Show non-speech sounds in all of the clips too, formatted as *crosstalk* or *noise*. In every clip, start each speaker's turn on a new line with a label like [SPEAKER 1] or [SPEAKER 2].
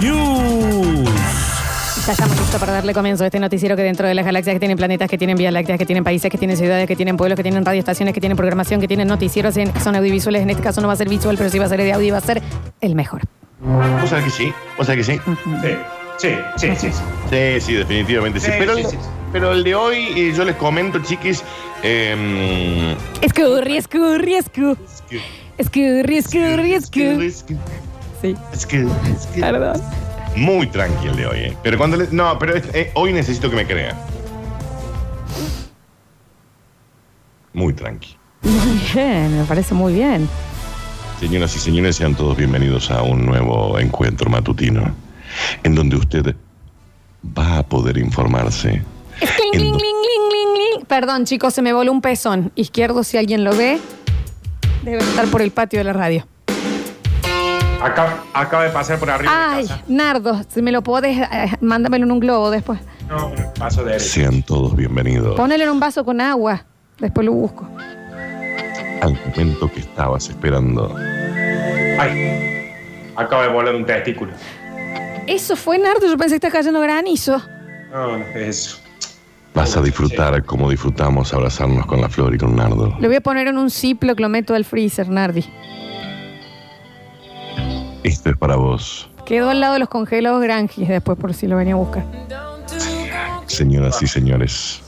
[SPEAKER 1] News.
[SPEAKER 2] Ya estamos listos para darle comienzo a este noticiero que dentro de las galaxias que tienen planetas, que tienen vías lácteas, que tienen países, que tienen ciudades, que tienen pueblos, que tienen radioestaciones, que tienen programación, que tienen noticieros, en, son audiovisuales. En este caso no va a ser visual, pero sí va a ser de audio y va a ser el mejor.
[SPEAKER 3] O sea que sí, o sea que sí.
[SPEAKER 4] Sí, sí, sí, sí. sí.
[SPEAKER 3] Sí, sí, definitivamente sí.
[SPEAKER 4] Sí,
[SPEAKER 3] pero,
[SPEAKER 4] sí,
[SPEAKER 3] el,
[SPEAKER 4] sí, sí.
[SPEAKER 3] pero el de hoy, eh, yo les comento, chiquis. em,
[SPEAKER 2] Escurri, escurri, escu. Escurri, escurri, escu. Sí, perdón.
[SPEAKER 3] Muy tranqui el de hoy, ¿eh? Pero cuando le- No, pero es- eh, hoy necesito que me crean. Muy tranqui.
[SPEAKER 2] Muy bien, me parece muy bien.
[SPEAKER 3] Señoras y señores, sean todos bienvenidos a un nuevo encuentro matutino, en donde usted va a poder informarse.
[SPEAKER 2] Es cling, cling, cling, cling, cling, cling. Perdón, chicos, se me voló un pezón. Izquierdo, si alguien lo ve, debe estar por el patio de la radio.
[SPEAKER 4] Acá, acaba de pasar por arriba de
[SPEAKER 2] Ay,
[SPEAKER 4] casa.
[SPEAKER 2] Nardo, si me lo podés, eh, mándamelo en un globo después.
[SPEAKER 4] No, pero paso de él.
[SPEAKER 3] Sean todos bienvenidos
[SPEAKER 2] Ponelo en un vaso con agua. Después lo busco.
[SPEAKER 3] al momento que estabas esperando.
[SPEAKER 4] Ay, acaba de volar un testículo.
[SPEAKER 2] Eso fue Nardo, yo pensé que está cayendo granizo.
[SPEAKER 4] No, no, es eso.
[SPEAKER 3] Vas a disfrutar como disfrutamos abrazarnos con la flor y con Nardo.
[SPEAKER 2] Lo voy a poner en un ciplo que lo meto al freezer, Nardi.
[SPEAKER 3] Esto es para vos,
[SPEAKER 2] Quedó al lado de los congelados granjis después por si lo venía a buscar.
[SPEAKER 3] señoras y señores.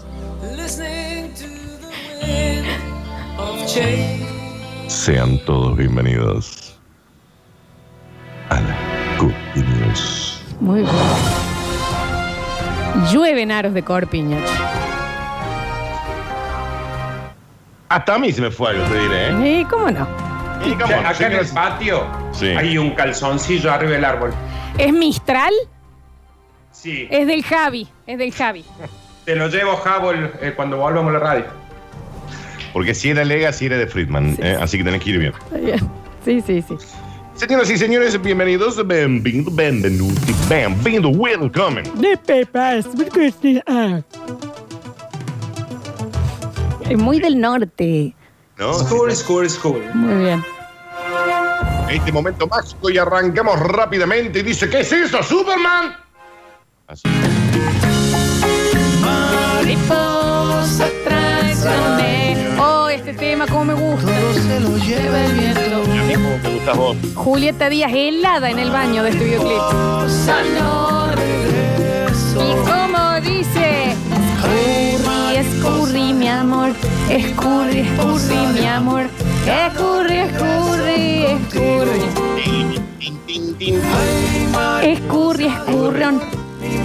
[SPEAKER 3] Sean todos bienvenidos a la Cookie News.
[SPEAKER 2] Muy bien. Llueven aros de corpiño.
[SPEAKER 3] Hasta a mí se me fue algo, te diré, ¿eh?
[SPEAKER 2] ¿Y cómo no?
[SPEAKER 3] Y come on,
[SPEAKER 4] acá en el
[SPEAKER 3] señores.
[SPEAKER 4] patio
[SPEAKER 3] Sí.
[SPEAKER 4] hay un calzoncillo arriba del árbol.
[SPEAKER 2] ¿Es Mistral?
[SPEAKER 4] Sí,
[SPEAKER 2] Es del Javi. Es del Javi.
[SPEAKER 4] te lo llevo, Jabol, eh, cuando volvamos a la radio.
[SPEAKER 3] Porque si era Legacy era de Friedman, ¿eh? así que tenés que ir bien.
[SPEAKER 2] Está bien. Sí, sí, sí.
[SPEAKER 3] Señoras y señores, bienvenidos, bienvenido, bienvenuti, bienvenido, welcome.
[SPEAKER 2] De pepas. Es muy del norte.
[SPEAKER 3] ¿No?
[SPEAKER 4] School, school, school.
[SPEAKER 2] Muy bien.
[SPEAKER 3] En este momento mágico y arrancamos rápidamente y dice, ¿qué es eso, Superman? Así.
[SPEAKER 2] Mariposa traicioné. Oh, este tema, cómo me gusta.
[SPEAKER 3] ¿Cómo te gustas vos?
[SPEAKER 2] Julieta Díaz helada en el baño de este videoclip. Y como dice, escurri, escurri, mi amor, escurri, escurri, mi amor, escurri, escurri, escurri, escurri, escurrón.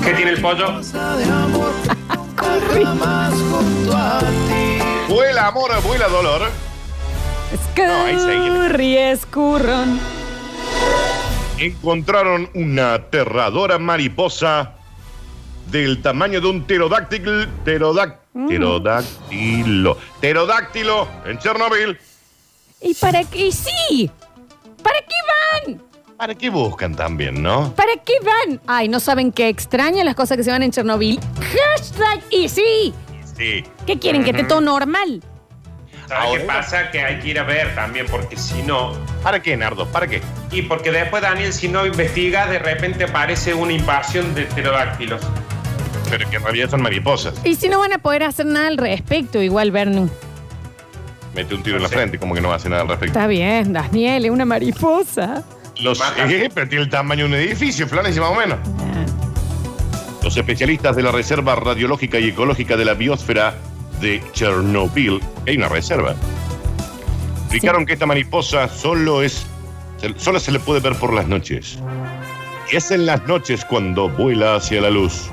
[SPEAKER 4] ¿Qué tiene el pollo?
[SPEAKER 3] Vuela amor, vuela dolor. ahí seguí.
[SPEAKER 2] Escurri, escurrón.
[SPEAKER 3] Encontraron una aterradora mariposa del tamaño de un pterodáctilo. Pterodac, pterodáctilo. Pterodáctilo en Chernobyl.
[SPEAKER 2] ¿Y para qué? Y sí? ¿Para qué van?
[SPEAKER 3] ¿Para qué buscan también, no?
[SPEAKER 2] ¿Para qué van? Ay, ¿no saben qué extrañan las cosas que se van en Chernobyl? Hashtag y sí.
[SPEAKER 3] Sí.
[SPEAKER 2] ¿Qué quieren? ¿Que esté todo normal?
[SPEAKER 4] ¿Sabes
[SPEAKER 3] Ahora.
[SPEAKER 4] qué pasa? Que hay que ir a ver también, porque si no.
[SPEAKER 3] ¿Para qué, Nardo? ¿Para qué?
[SPEAKER 4] Y porque después, Daniel, si no investigas, de repente aparece una invasión de pterodáctilos.
[SPEAKER 3] Pero que en realidad son mariposas.
[SPEAKER 2] Y si no van a poder hacer nada al respecto, igual Bernie.
[SPEAKER 3] Mete un tiro en la frente, como que no hace nada al respecto.
[SPEAKER 2] Está bien, Daniel, es una mariposa.
[SPEAKER 3] Los,
[SPEAKER 4] Baja.
[SPEAKER 3] eh, pero tiene el tamaño de un edificio, Flores, y más o menos. Los especialistas de la Reserva Radiológica y Ecológica de la Biosfera de Chernobyl, hay una reserva, explicaron que esta mariposa solo es, se- solo se le puede ver por las noches. Y es en las noches cuando vuela hacia la luz.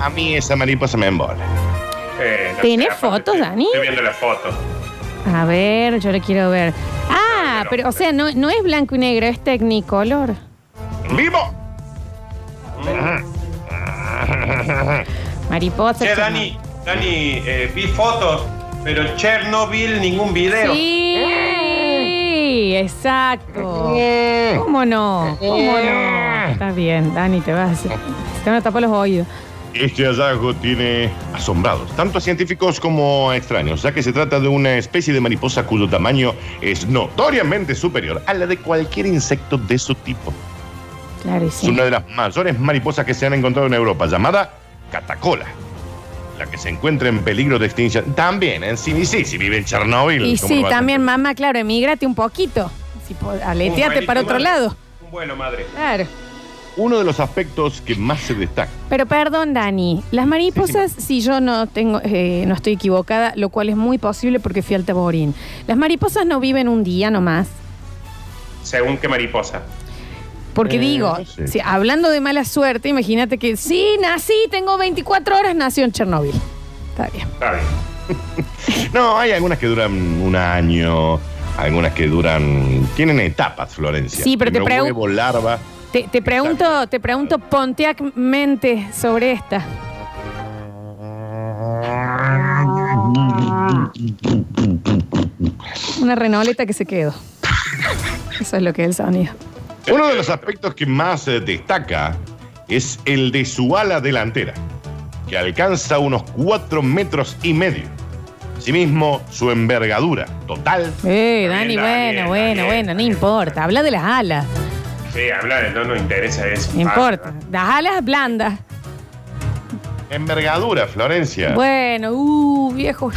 [SPEAKER 3] A mí esa mariposa me embola.
[SPEAKER 4] Eh, no
[SPEAKER 2] ¿Tenés
[SPEAKER 4] sé, aparte,
[SPEAKER 2] fotos,
[SPEAKER 4] estoy-
[SPEAKER 2] Dani?
[SPEAKER 4] Estoy viendo las fotos.
[SPEAKER 2] A ver, yo le quiero ver. Ah, pero
[SPEAKER 4] No, pero-
[SPEAKER 2] o sea, no, no es blanco y negro, es tecnicolor.
[SPEAKER 3] ¡Vivo!
[SPEAKER 2] Mariposa.
[SPEAKER 4] Che,
[SPEAKER 2] chama.
[SPEAKER 4] Dani, Dani, eh, vi fotos Pero Chernobyl, ningún video.
[SPEAKER 2] Sí, exacto. ¿Cómo no? ¿Cómo no? Está bien, Dani, te vas. Te van a tapar los oídos.
[SPEAKER 3] Este hallazgo tiene asombrados, tanto a científicos como a extraños, ya que se trata de una especie de mariposa cuyo tamaño es notoriamente superior a la de cualquier insecto de su tipo.
[SPEAKER 2] Claro, y
[SPEAKER 3] Es
[SPEAKER 2] sí.
[SPEAKER 3] una de las mayores mariposas que se han encontrado en Europa, llamada catacola, la que se encuentra en peligro de extinción. También en sí, y sí, si vive en Chernóbil.
[SPEAKER 2] Y
[SPEAKER 3] ¿cómo no
[SPEAKER 2] sí,
[SPEAKER 3] va a
[SPEAKER 2] también,
[SPEAKER 3] tener?
[SPEAKER 2] mamá, claro, emigrate un poquito. Si po- aleteate
[SPEAKER 4] vuelito,
[SPEAKER 2] para otro
[SPEAKER 4] madre.
[SPEAKER 2] lado.
[SPEAKER 4] Un vuelo, madre.
[SPEAKER 2] Claro.
[SPEAKER 3] Uno de los aspectos que más se destaca.
[SPEAKER 2] Pero perdón, Dani, las mariposas, si yo no tengo, eh, no estoy equivocada, lo cual es muy posible porque fui al taborín. Las mariposas no viven un día nomás.
[SPEAKER 4] Según qué mariposa.
[SPEAKER 2] Porque
[SPEAKER 3] Eh,
[SPEAKER 2] digo,
[SPEAKER 3] no sé.
[SPEAKER 2] si- hablando de mala suerte, imagínate que sí, nací, tengo 24 horas, nació en Chernóbil. Está bien.
[SPEAKER 4] Está bien.
[SPEAKER 3] No, hay algunas que duran un año, algunas que duran. Tienen etapas, Florencia.
[SPEAKER 2] Sí, pero te
[SPEAKER 3] Primero
[SPEAKER 2] pregun-
[SPEAKER 3] huevo, larva.
[SPEAKER 2] Te, te pregunto, te pregunto pontiacmente sobre esta. Una renoleta que se quedó. Eso es lo que es el sonido.
[SPEAKER 3] Uno de los aspectos que más eh, destaca es el de su ala delantera, que alcanza unos 4 metros y medio. Asimismo, su envergadura total.
[SPEAKER 2] Eh,
[SPEAKER 4] Está
[SPEAKER 2] Dani,
[SPEAKER 4] bien,
[SPEAKER 2] bueno,
[SPEAKER 4] está bien,
[SPEAKER 2] bueno,
[SPEAKER 4] está bien,
[SPEAKER 2] bueno,
[SPEAKER 4] está
[SPEAKER 2] no
[SPEAKER 4] bien.
[SPEAKER 2] importa. Habla de las alas.
[SPEAKER 4] Sí, hablar, no nos interesa eso. Ah,
[SPEAKER 2] No importa. Las alas blandas.
[SPEAKER 3] Envergadura, Florencia.
[SPEAKER 2] Bueno, uh, viejo.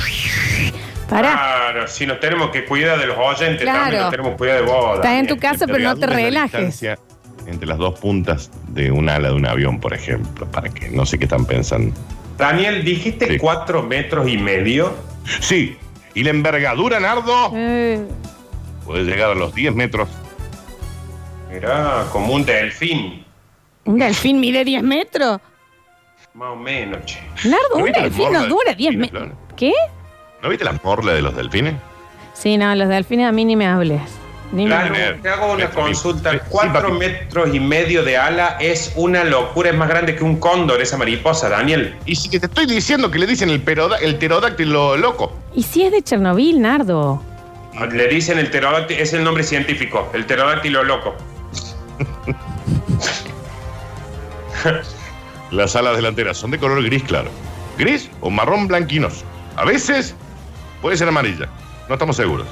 [SPEAKER 2] Pará.
[SPEAKER 4] Claro, si nos tenemos que cuidar de los oyentes,
[SPEAKER 2] Claro.
[SPEAKER 4] también nos tenemos que cuidar de vos.
[SPEAKER 2] Estás en
[SPEAKER 4] Daniel.
[SPEAKER 2] tu casa, pero no te
[SPEAKER 3] Envergadura es la
[SPEAKER 2] relajes.
[SPEAKER 3] distancia Entre las dos puntas de un ala de un avión, por ejemplo, para que no sé qué están pensando.
[SPEAKER 4] Daniel, dijiste
[SPEAKER 3] Sí.
[SPEAKER 4] cuatro metros y medio.
[SPEAKER 3] Sí, y la envergadura, Nardo,
[SPEAKER 2] Eh,
[SPEAKER 3] puede llegar a los 10 metros.
[SPEAKER 4] Mirá, como un delfín.
[SPEAKER 2] un delfín mide 10 metros.
[SPEAKER 4] Más o menos, che.
[SPEAKER 2] Nardo,
[SPEAKER 3] ¿No
[SPEAKER 2] un
[SPEAKER 3] viste la
[SPEAKER 2] delfín
[SPEAKER 3] forma
[SPEAKER 2] no
[SPEAKER 3] de
[SPEAKER 2] dura 10
[SPEAKER 3] delfines,
[SPEAKER 2] metros.
[SPEAKER 3] Flor?
[SPEAKER 2] ¿Qué?
[SPEAKER 3] ¿No viste la morla de los delfines?
[SPEAKER 2] Sí, no, los delfines a mí ni me hables. Ni me
[SPEAKER 4] Claro,
[SPEAKER 2] hables.
[SPEAKER 3] Daniel,
[SPEAKER 4] te hago una
[SPEAKER 3] metro y-
[SPEAKER 4] consulta.
[SPEAKER 3] sí,
[SPEAKER 4] cuatro
[SPEAKER 3] papi.
[SPEAKER 4] metros y medio de ala es una locura. Es más grande que un cóndor esa mariposa, Daniel.
[SPEAKER 3] Y si que te estoy diciendo que le dicen el, peroda- el pterodáctilo loco.
[SPEAKER 2] ¿Y si es de Chernobyl, Nardo?
[SPEAKER 4] Ah, Le dicen el pterodáctilo, es el nombre científico, el pterodáctilo loco.
[SPEAKER 3] Las alas delanteras son de color gris claro. Gris o marrón blanquinoso. A veces puede ser amarilla. No estamos seguros.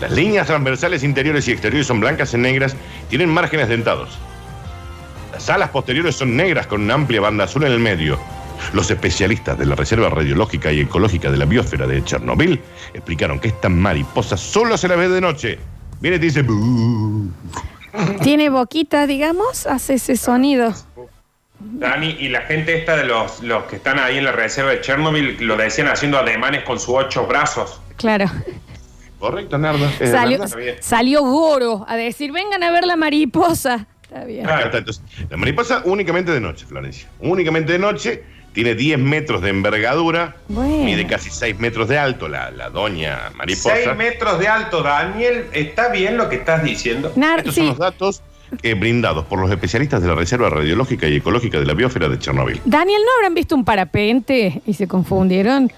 [SPEAKER 3] Las líneas transversales interiores y exteriores son blancas y negras. Tienen márgenes dentados. Las alas posteriores son negras con una amplia banda azul en el medio. Los especialistas de la Reserva Radiológica y Ecológica de la Biosfera de Chernobyl explicaron que esta mariposa solo se la ve de noche. Viene y te dice... "Bú".
[SPEAKER 2] Tiene boquita, digamos, hace ese sonido.
[SPEAKER 4] Dani, y la gente esta de los, los que están ahí en la reserva de Chernobyl lo decían haciendo ademanes con sus ocho brazos.
[SPEAKER 2] Claro.
[SPEAKER 3] Correcto, Eh, Nardo. Es
[SPEAKER 2] Salió,
[SPEAKER 3] verdad.
[SPEAKER 4] está bien.
[SPEAKER 2] salió Goro a decir, vengan a ver la mariposa. Está bien.
[SPEAKER 4] Ah.
[SPEAKER 3] Acá está, entonces, la mariposa únicamente de noche, Florencia. Únicamente de noche, tiene 10 metros de envergadura,
[SPEAKER 2] Bueno.
[SPEAKER 3] mide casi 6 metros de alto la, la doña
[SPEAKER 4] Seis
[SPEAKER 3] mariposa.
[SPEAKER 4] metros de alto, Daniel. ¿Está bien lo que estás diciendo?
[SPEAKER 2] Nar-
[SPEAKER 3] Estos son
[SPEAKER 2] sí.
[SPEAKER 3] los datos eh, brindados por los especialistas de la Reserva Radiológica y Ecológica de la Biosfera de Chernobyl.
[SPEAKER 2] Daniel, ¿no habrán visto un parapente y se confundieron?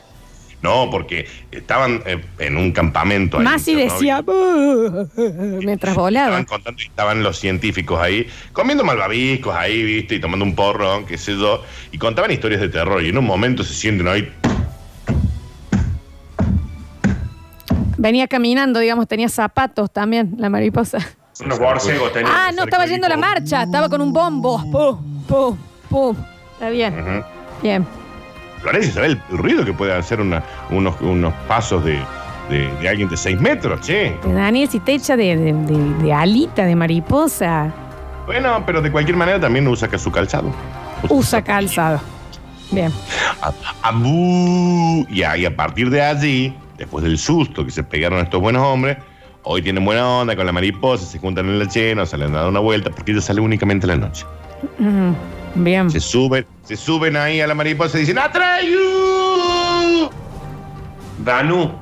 [SPEAKER 3] No, porque estaban eh, en un campamento. ahí en
[SPEAKER 2] Más y
[SPEAKER 3] Chernóbil.
[SPEAKER 2] decía, "Bú", mientras
[SPEAKER 3] Estaban
[SPEAKER 2] volaba.
[SPEAKER 3] contando y estaban los científicos ahí, comiendo malvaviscos ahí, viste, y tomando un porro, qué sé yo, y contaban historias de terror, y en un momento se sienten ahí
[SPEAKER 2] Venía caminando, digamos, tenía zapatos también, la mariposa.
[SPEAKER 4] Unos borcegos tenía.
[SPEAKER 2] Ah, no, estaba yendo a la marcha, estaba con un bombo. Pum, pum, pum. Está bien,
[SPEAKER 3] Ujú.
[SPEAKER 2] bien.
[SPEAKER 3] Florencia, ¿sabes el ruido que puede hacer una- unos, unos pasos de, de- de alguien de 6 metros, che?
[SPEAKER 2] Daniel, si te echa de, de- de- de alita, de mariposa,
[SPEAKER 3] Bueno, pero de cualquier manera también usa que su calzado.
[SPEAKER 2] usa calzado. Bien.
[SPEAKER 3] A- abú. y, a, y a partir de allí, después del susto que se pegaron estos buenos hombres, hoy tienen buena onda con la mariposa, se juntan en la chena, salen a dar una vuelta, porque ella sale únicamente a la noche.
[SPEAKER 2] Mm, Bien.
[SPEAKER 3] Se suben, se suben ahí a la mariposa y dicen ¡Atrayu!
[SPEAKER 4] Danu,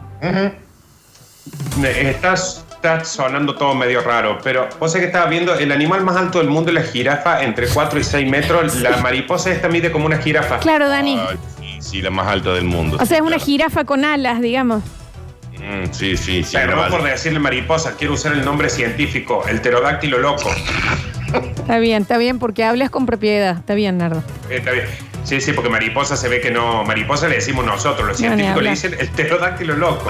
[SPEAKER 4] me- estás, estás sonando todo medio raro, pero vos sé que estaba viendo el animal más alto del mundo, la jirafa, entre 4 y 6 metros. La mariposa esta mide como una jirafa.
[SPEAKER 2] Claro, Dani.
[SPEAKER 3] Ay, sí, sí, la más alta del mundo.
[SPEAKER 2] O sea, es una
[SPEAKER 3] Claro.
[SPEAKER 2] jirafa con alas, digamos.
[SPEAKER 3] Mm, sí, sí, sí.
[SPEAKER 4] Perdón
[SPEAKER 3] grabado.
[SPEAKER 4] por decirle mariposa, quiero usar el nombre científico, el pterodáctilo loco. Eh,
[SPEAKER 2] Está bien, está bien, porque hablas con propiedad. Está bien, Nardo.
[SPEAKER 4] Eh, está bien. Sí, sí, porque mariposa se ve que no. Mariposa le decimos nosotros, los
[SPEAKER 2] No, ni
[SPEAKER 4] científicos le
[SPEAKER 2] hablar.
[SPEAKER 4] dicen el pterodáctilo loco.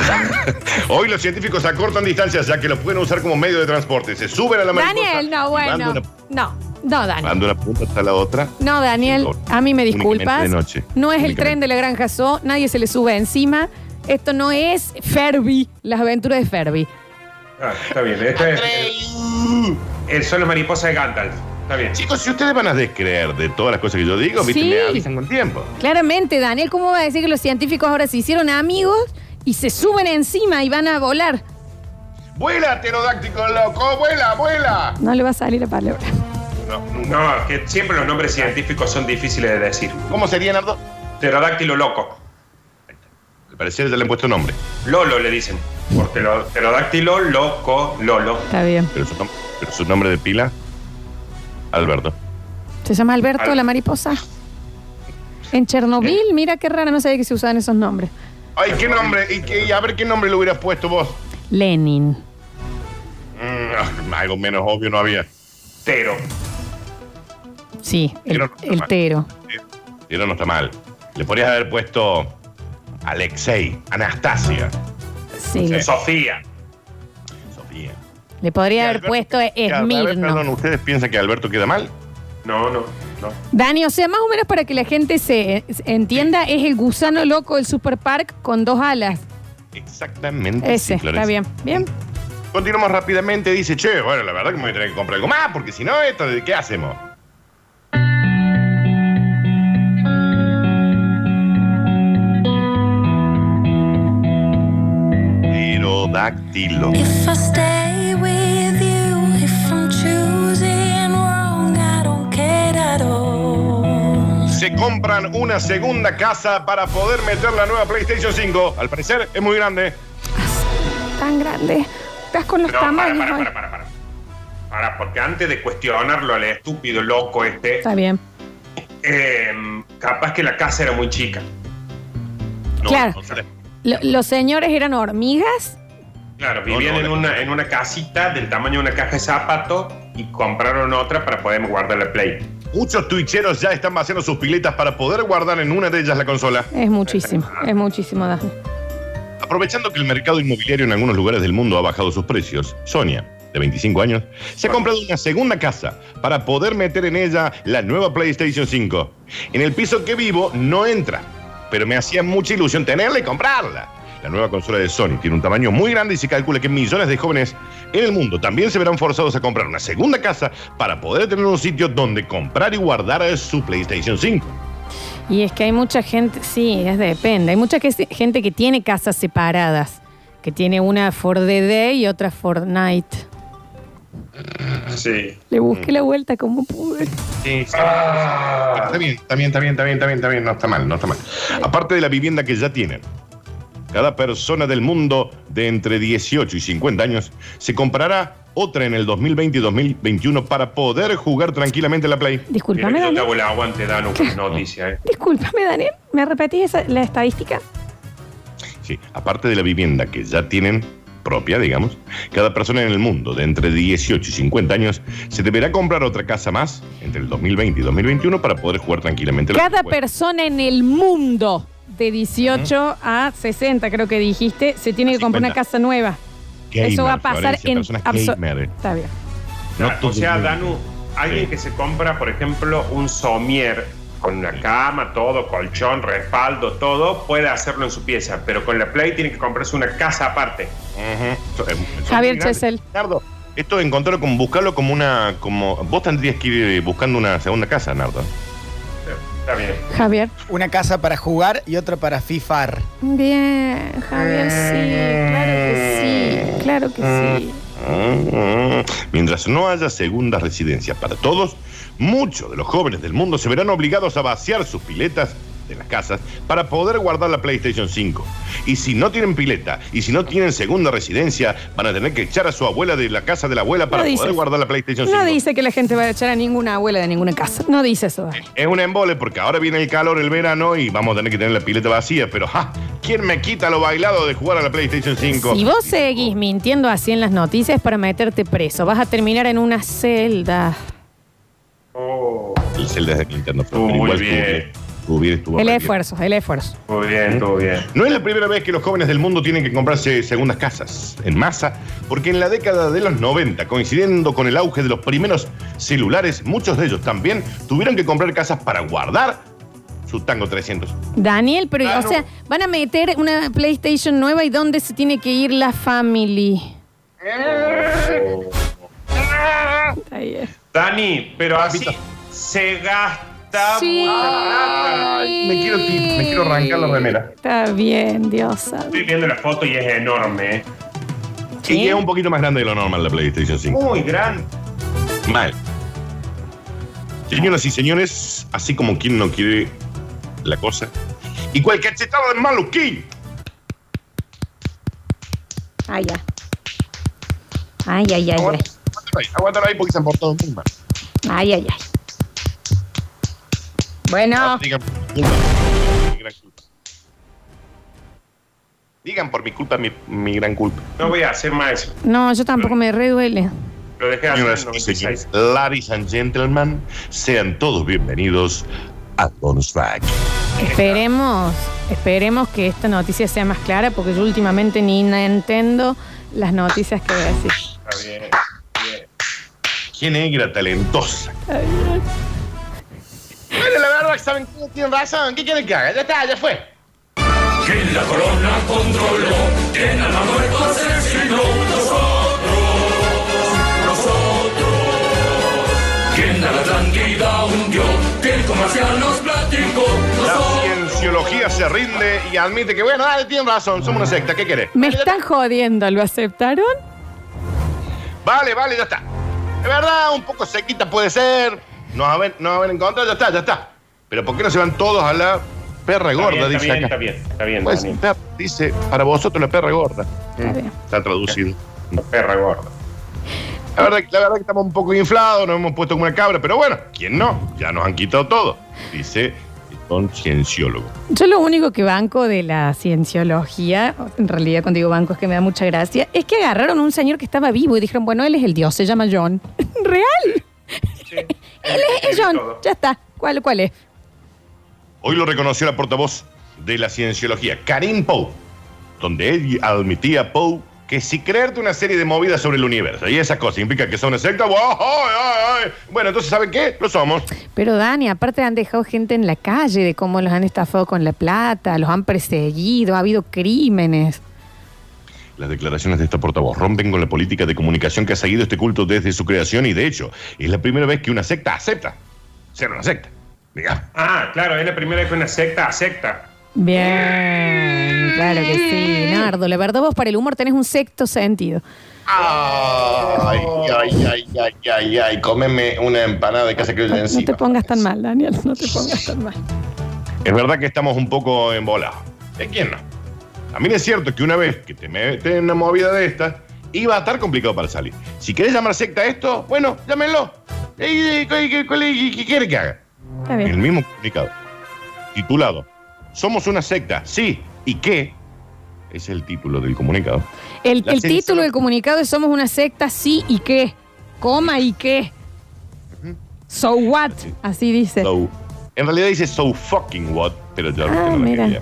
[SPEAKER 3] Hoy los científicos acortan distancias ya que los pueden usar como medio de transporte. Se suben a la mariposa.
[SPEAKER 2] Daniel, no,
[SPEAKER 3] y
[SPEAKER 2] bueno.
[SPEAKER 3] Van de
[SPEAKER 2] No, no,
[SPEAKER 3] una,
[SPEAKER 2] Daniel.
[SPEAKER 3] van de una punta hasta la otra.
[SPEAKER 2] No, Daniel,
[SPEAKER 3] Cinco horas.
[SPEAKER 2] a mí me disculpas.
[SPEAKER 3] Únicamente de noche.
[SPEAKER 2] No es el
[SPEAKER 3] Únicamente.
[SPEAKER 2] tren de la Granja Zoo, nadie se le sube encima. Esto no es Ferby, las aventuras de Ferby.
[SPEAKER 4] Ah, está bien. Este es, eh, son las mariposas de Gandalf. Está bien.
[SPEAKER 3] Chicos, si ustedes van a descreer de todas las cosas que yo digo, viste,
[SPEAKER 2] Sí.
[SPEAKER 3] me avisan con tiempo.
[SPEAKER 2] Claramente, Daniel, ¿cómo va a decir que los científicos ahora se hicieron amigos y se suben encima y van a volar?
[SPEAKER 3] ¡Vuela, pterodáctico loco! ¡Vuela, vuela!
[SPEAKER 2] No le va a salir la palabra.
[SPEAKER 4] No, no, que siempre los nombres científicos son difíciles de decir.
[SPEAKER 3] ¿Cómo sería, Nardo?
[SPEAKER 4] Pterodáctilo loco.
[SPEAKER 3] Al parecer ya le han puesto nombre.
[SPEAKER 4] Lolo le dicen. Por ptero- pterodáctilo loco, Lolo.
[SPEAKER 2] Está bien.
[SPEAKER 3] Pero su, nom- pero su nombre de pila, Alberto.
[SPEAKER 2] ¿Se llama Alberto
[SPEAKER 4] Al-
[SPEAKER 2] la mariposa? En Chernobyl, mira qué raro, no sabía que se usaban esos nombres.
[SPEAKER 3] Ay, ¿qué nombre? ¿Y, qué- y a ver qué nombre le hubieras puesto vos.
[SPEAKER 2] Lenin.
[SPEAKER 3] Mm, algo menos obvio no había.
[SPEAKER 4] Tero.
[SPEAKER 2] Sí, el,
[SPEAKER 3] Pero no,
[SPEAKER 2] el
[SPEAKER 3] no.
[SPEAKER 2] tero.
[SPEAKER 3] Pero no está mal. Le podrías haber puesto Alexei, Anastasia,
[SPEAKER 2] Sí, le,
[SPEAKER 4] Sofía.
[SPEAKER 3] Sofía.
[SPEAKER 2] le podría
[SPEAKER 3] Y
[SPEAKER 2] haber
[SPEAKER 3] Alberto-
[SPEAKER 2] puesto
[SPEAKER 3] Y a- a ver,
[SPEAKER 2] Esmirno.
[SPEAKER 3] Perdón, ¿ustedes piensan que Alberto queda mal?
[SPEAKER 4] No, no, no.
[SPEAKER 2] Dani, o sea, más o menos para que la gente se se entienda, es el gusano loco del Superpark con dos alas.
[SPEAKER 3] Exactamente. sí,
[SPEAKER 2] Ese,
[SPEAKER 3] Florencia.
[SPEAKER 2] está bien. Bien.
[SPEAKER 3] Continuamos rápidamente. Dice, che, bueno, la verdad que me voy a tener que comprar algo más, porque si no, esto, ¿de qué hacemos? Pterodáctilo.
[SPEAKER 5] If I stay with you, if I'm choosing wrong, I don't care at all.
[SPEAKER 3] Se compran una segunda casa para poder meter la nueva PlayStation 5. Al parecer es muy grande.
[SPEAKER 2] Tan grande. Estás con los
[SPEAKER 4] No, para,
[SPEAKER 2] tamaños.
[SPEAKER 4] para,
[SPEAKER 2] hoy.
[SPEAKER 4] para, para, para. Para, porque antes de cuestionarlo al estúpido loco este,
[SPEAKER 2] Está bien.
[SPEAKER 4] eh, capaz que la casa era muy chica.
[SPEAKER 3] No,
[SPEAKER 2] Claro.
[SPEAKER 3] no sé.
[SPEAKER 2] Lo- los señores eran hormigas.
[SPEAKER 4] Claro,
[SPEAKER 3] No,
[SPEAKER 4] vivían
[SPEAKER 3] no,
[SPEAKER 4] en,
[SPEAKER 3] la-
[SPEAKER 4] una, en una casita del tamaño de una caja de zapatos y compraron otra para poder guardar la Play.
[SPEAKER 3] Muchos tuicheros ya están vaciando sus piletas para poder guardar en una de ellas la consola.
[SPEAKER 2] Es muchísimo. Es muchísimo, Dani.
[SPEAKER 3] Aprovechando que el mercado inmobiliario en algunos lugares del mundo ha bajado sus precios, Sonia, de 25 años, se ha comprado una segunda casa para poder meter en ella la nueva PlayStation 5. En el piso que vivo no entra, pero me hacía mucha ilusión tenerla y comprarla. La nueva consola de Sony tiene un tamaño muy grande y se calcula que millones de jóvenes en el mundo también se verán forzados a comprar una segunda casa para poder tener un sitio donde comprar y guardar su PlayStation 5.
[SPEAKER 2] Y es que hay mucha gente, sí, es depende. Hay mucha que- gente que tiene casas separadas. Que tiene una for the day y otra for night.
[SPEAKER 4] Sí.
[SPEAKER 2] Le busqué la vuelta como pude.
[SPEAKER 3] Ah, Está bien, está bien, está bien, está bien, está bien, está bien, no está mal, no está mal. Aparte de la vivienda que ya tienen, cada persona del mundo de entre 18 y 50 años se comprará otra en el 2020 y 2021 para poder jugar tranquilamente la Play.
[SPEAKER 4] Mira que
[SPEAKER 2] Discúlpame,
[SPEAKER 4] yo te
[SPEAKER 2] Daniel.
[SPEAKER 4] hago el aguante, Danu, con noticia, ¿eh?
[SPEAKER 2] Discúlpame, Daniel. ¿Me repetís esa- la estadística?
[SPEAKER 3] Sí, aparte de la vivienda que ya tienen propia, digamos, cada persona en el mundo de entre 18 y 50 años se deberá comprar otra casa más entre el 2020 y 2021 para poder jugar tranquilamente la
[SPEAKER 2] Cada
[SPEAKER 3] Play.
[SPEAKER 2] persona en el mundo de 18 a 60, creo que dijiste, se tiene que comprar una
[SPEAKER 3] 50.
[SPEAKER 2] casa nueva. Eso va a
[SPEAKER 3] Gamer,
[SPEAKER 2] pasar
[SPEAKER 3] Florencia,
[SPEAKER 2] en...
[SPEAKER 3] personas
[SPEAKER 2] abso-
[SPEAKER 3] gamer.
[SPEAKER 2] Está bien.
[SPEAKER 3] No
[SPEAKER 4] Ah, o
[SPEAKER 3] todo
[SPEAKER 4] sea,
[SPEAKER 3] el mundo.
[SPEAKER 4] Danu, alguien
[SPEAKER 3] Sí.
[SPEAKER 4] que se compra, por ejemplo, un somier con una cama, todo, colchón, respaldo, todo, puede hacerlo en su pieza, pero con la Play tiene que comprarse una casa aparte.
[SPEAKER 3] Eso es- eso es
[SPEAKER 2] Javier
[SPEAKER 3] muy grande.
[SPEAKER 2] Chesel.
[SPEAKER 3] Nardo, esto encontrarlo como buscarlo como una. como Vos tendrías que ir eh, buscando una segunda casa, Nardo.
[SPEAKER 4] Está bien.
[SPEAKER 2] Javier.
[SPEAKER 6] Una casa para jugar y otra para fifar.
[SPEAKER 2] Bien, Javier, sí, claro que sí, claro que
[SPEAKER 3] Mm.
[SPEAKER 2] sí.
[SPEAKER 3] Mientras no haya segundas residencias para todos, muchos de los jóvenes del mundo se verán obligados a vaciar sus piletas de las casas para poder guardar la PlayStation 5. Y si no tienen pileta y si no tienen segunda residencia, van a tener que echar a su abuela de la casa de la abuela para
[SPEAKER 2] dices.
[SPEAKER 3] poder guardar la PlayStation 5.
[SPEAKER 2] No dice que la gente va a echar a ninguna abuela de ninguna casa. No dice eso, Dani.
[SPEAKER 3] Es un embole porque ahora viene el calor, el verano y vamos a tener que tener la pileta vacía, pero ja, ¿Quién me quita lo bailado de jugar a la PlayStation 5?
[SPEAKER 2] Si vos seguís mintiendo así en las noticias para meterte preso, vas a terminar en una celda.
[SPEAKER 4] Oh,
[SPEAKER 3] El Zelda es de Nintendo. Flor,
[SPEAKER 4] Estuvo
[SPEAKER 3] pero
[SPEAKER 4] muy
[SPEAKER 3] igual
[SPEAKER 4] bien.
[SPEAKER 3] Tuvo, tuvo bien, estuvo
[SPEAKER 2] El
[SPEAKER 3] re bien.
[SPEAKER 2] esfuerzo, el esfuerzo.
[SPEAKER 4] estuvo bien, estuvo bien.
[SPEAKER 3] No es la primera vez que los jóvenes del mundo tienen que comprarse segundas casas en masa, porque en la década de los 90, coincidiendo con el auge de los primeros celulares, muchos de ellos también tuvieron que comprar casas para guardar su Tango 300.
[SPEAKER 2] Daniel, pero
[SPEAKER 3] Claro.
[SPEAKER 2] o sea, van a meter una PlayStation nueva y dónde se tiene que ir la family. Está bien.
[SPEAKER 4] Dani, pero así se gasta.
[SPEAKER 2] Sí.
[SPEAKER 3] Ah, Ay, me quiero ti- me quiero arrancar la remera.
[SPEAKER 2] Está bien, diosa.
[SPEAKER 4] Estoy viendo la foto y es enorme. ¿eh?
[SPEAKER 3] Y
[SPEAKER 2] ¿Qué?
[SPEAKER 3] es un poquito más grande de lo normal la PlayStation 5.
[SPEAKER 4] Muy grande.
[SPEAKER 3] Mal. Señoras y señores, así como quien no quiere la cosa. Y cualquier chetado de maluquín.
[SPEAKER 2] Ay, ya. Ay, ay, ay, ay.
[SPEAKER 3] Aguántalo ahí, aguántalo ahí porque se han portado muy mal.
[SPEAKER 2] Ay, ay, ay. Bueno,
[SPEAKER 3] Ah, Digan por mi culpa, mi gran culpa. Digan por mi culpa mi, mi gran culpa.
[SPEAKER 4] No voy a hacer más eso.
[SPEAKER 2] no, yo tampoco me re duele.
[SPEAKER 4] Lo dejé hacer en
[SPEAKER 3] Señoras y
[SPEAKER 4] 96.
[SPEAKER 3] señores, ladies and gentlemen, sean todos bienvenidos a Bonus Track.
[SPEAKER 2] Esperemos, esperemos que esta noticia sea más clara porque yo últimamente ni entiendo las noticias que voy a decir.
[SPEAKER 4] Está bien. bien.
[SPEAKER 3] Qué negra talentosa. Bueno, la verdad que saben que tienen razón. ¿Qué quieren que haga? Ya está, ya fue.
[SPEAKER 7] Quien a la Atlántida hundió, que el comercial nos platicó.
[SPEAKER 3] La cienciología se rinde y admite que, bueno, dale, tienen razón, somos una secta, ¿qué querés?
[SPEAKER 2] Me
[SPEAKER 3] Vale, ya está.
[SPEAKER 2] están jodiendo, ¿lo aceptaron?
[SPEAKER 3] Vale, vale, ya está. Es verdad, un poco sequita puede ser. Nos haber, nos haber encontrado, ya está, ya está. Pero ¿por qué no se van todos a la perra
[SPEAKER 4] Está bien,
[SPEAKER 3] gorda?
[SPEAKER 4] está
[SPEAKER 3] dice
[SPEAKER 4] bien,
[SPEAKER 3] acá.
[SPEAKER 4] está bien, está bien,
[SPEAKER 3] Pues,
[SPEAKER 4] Dani.
[SPEAKER 3] perra, dice, para vosotros la perra gorda.
[SPEAKER 2] Está bien.
[SPEAKER 3] Está traducido.
[SPEAKER 4] Perra gorda.
[SPEAKER 3] La verdad, la verdad que estamos un poco inflados, nos hemos puesto como una cabra, pero bueno, ¿quién no? Ya nos han quitado todo, dice el concienciologo.
[SPEAKER 2] Yo lo único que banco de la cienciología, en realidad cuando digo banco es que me da mucha gracia, es que agarraron a un señor que estaba vivo y dijeron, bueno, él es el dios, se llama John. *laughs* ¿Real? *laughs*
[SPEAKER 4] Sí.
[SPEAKER 2] Él es el John. Ya está. ¿Cuál, cuál es?
[SPEAKER 3] Hoy lo reconoció la portavoz de la cienciología, Karim Poe, donde él admitía Poe que si creerte una serie de movidas sobre el universo y esas cosas implica que son una secta, ¡guau! ¡ay, ay, ay! bueno, entonces ¿saben qué? Lo somos.
[SPEAKER 2] Pero Dani, aparte han dejado gente en la calle de cómo los han estafado con la plata, los han perseguido, ha habido crímenes.
[SPEAKER 3] Las declaraciones de esta portavoz rompen con la política de comunicación que ha seguido este culto desde su creación y de hecho es la primera vez que una secta acepta ser una secta. Diga,
[SPEAKER 4] Ah, claro, es la primera vez que una secta acepta.
[SPEAKER 2] Bien, claro que sí, Nardo. La verdad vos para el humor tenés un sexto sentido.
[SPEAKER 3] ay, ay, ay, ay, ay, ay, cómeme una empanada de casa que
[SPEAKER 2] No, no te pongas tan mal, Daniel, no te pongas tan mal.
[SPEAKER 3] Es verdad que estamos un poco embolados. ¿De quién no? También es cierto que una vez que te metes en una movida de estas, iba a estar complicado para salir. Si querés llamar secta a esto, bueno, llámenlo. Ey, ey, ¿Qué qué- qué- qué quiere que haga?
[SPEAKER 2] Está
[SPEAKER 3] El
[SPEAKER 2] bien.
[SPEAKER 3] mismo comunicado, titulado Somos una secta, sí, ¿y qué? Es el título del comunicado.
[SPEAKER 2] El,
[SPEAKER 3] La
[SPEAKER 2] el
[SPEAKER 3] ciencia-
[SPEAKER 2] título del comunicado es Somos una secta, sí y qué. Coma y qué. So what, así dice.
[SPEAKER 3] So- en realidad dice so fucking what, pero ya
[SPEAKER 2] Ah,
[SPEAKER 3] no la
[SPEAKER 2] mira.
[SPEAKER 3] quería.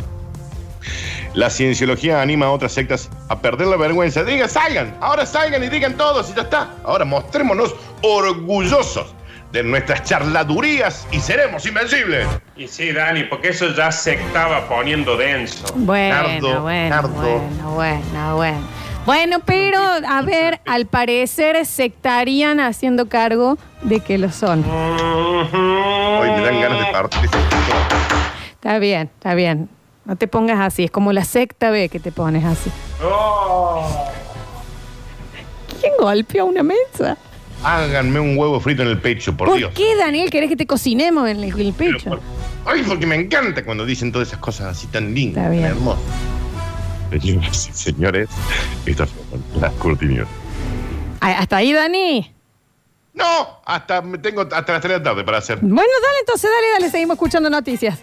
[SPEAKER 3] La cienciología anima a otras sectas a perder la vergüenza. Digan, salgan, ahora salgan y digan todos y ya está. Ahora mostrémonos orgullosos de nuestras charladurías y seremos invencibles.
[SPEAKER 4] Y sí, Dani, porque eso ya se estaba poniendo denso.
[SPEAKER 2] Bueno,
[SPEAKER 3] Nardo,
[SPEAKER 2] bueno,
[SPEAKER 3] Nardo.
[SPEAKER 2] bueno, bueno, bueno. Bueno, pero a ver, al parecer se estarían haciendo cargo de que lo son.
[SPEAKER 3] Hoy me dan
[SPEAKER 2] Eh.
[SPEAKER 3] ganas de partir.
[SPEAKER 2] Está bien, está bien. No te pongas así, es como la secta B que te pones así.
[SPEAKER 4] Oh.
[SPEAKER 2] ¿Quién golpeó una mesa?
[SPEAKER 3] Háganme un huevo frito en el pecho, por,
[SPEAKER 2] ¿Por
[SPEAKER 3] Dios.
[SPEAKER 2] qué, Daniel, querés que te cocinemos en el, el
[SPEAKER 3] Pero
[SPEAKER 2] pecho?
[SPEAKER 3] por- Ay, porque me encanta cuando dicen todas esas cosas así tan lindas,
[SPEAKER 2] Está bien.
[SPEAKER 3] tan hermosas. Señoras y señores, estas son las cortinillas.
[SPEAKER 2] Ah, Hasta ahí, Dani.
[SPEAKER 3] No, hasta me tengo hasta las 3 de la tarde para hacer.
[SPEAKER 2] Bueno, dale entonces, dale, dale, seguimos escuchando noticias.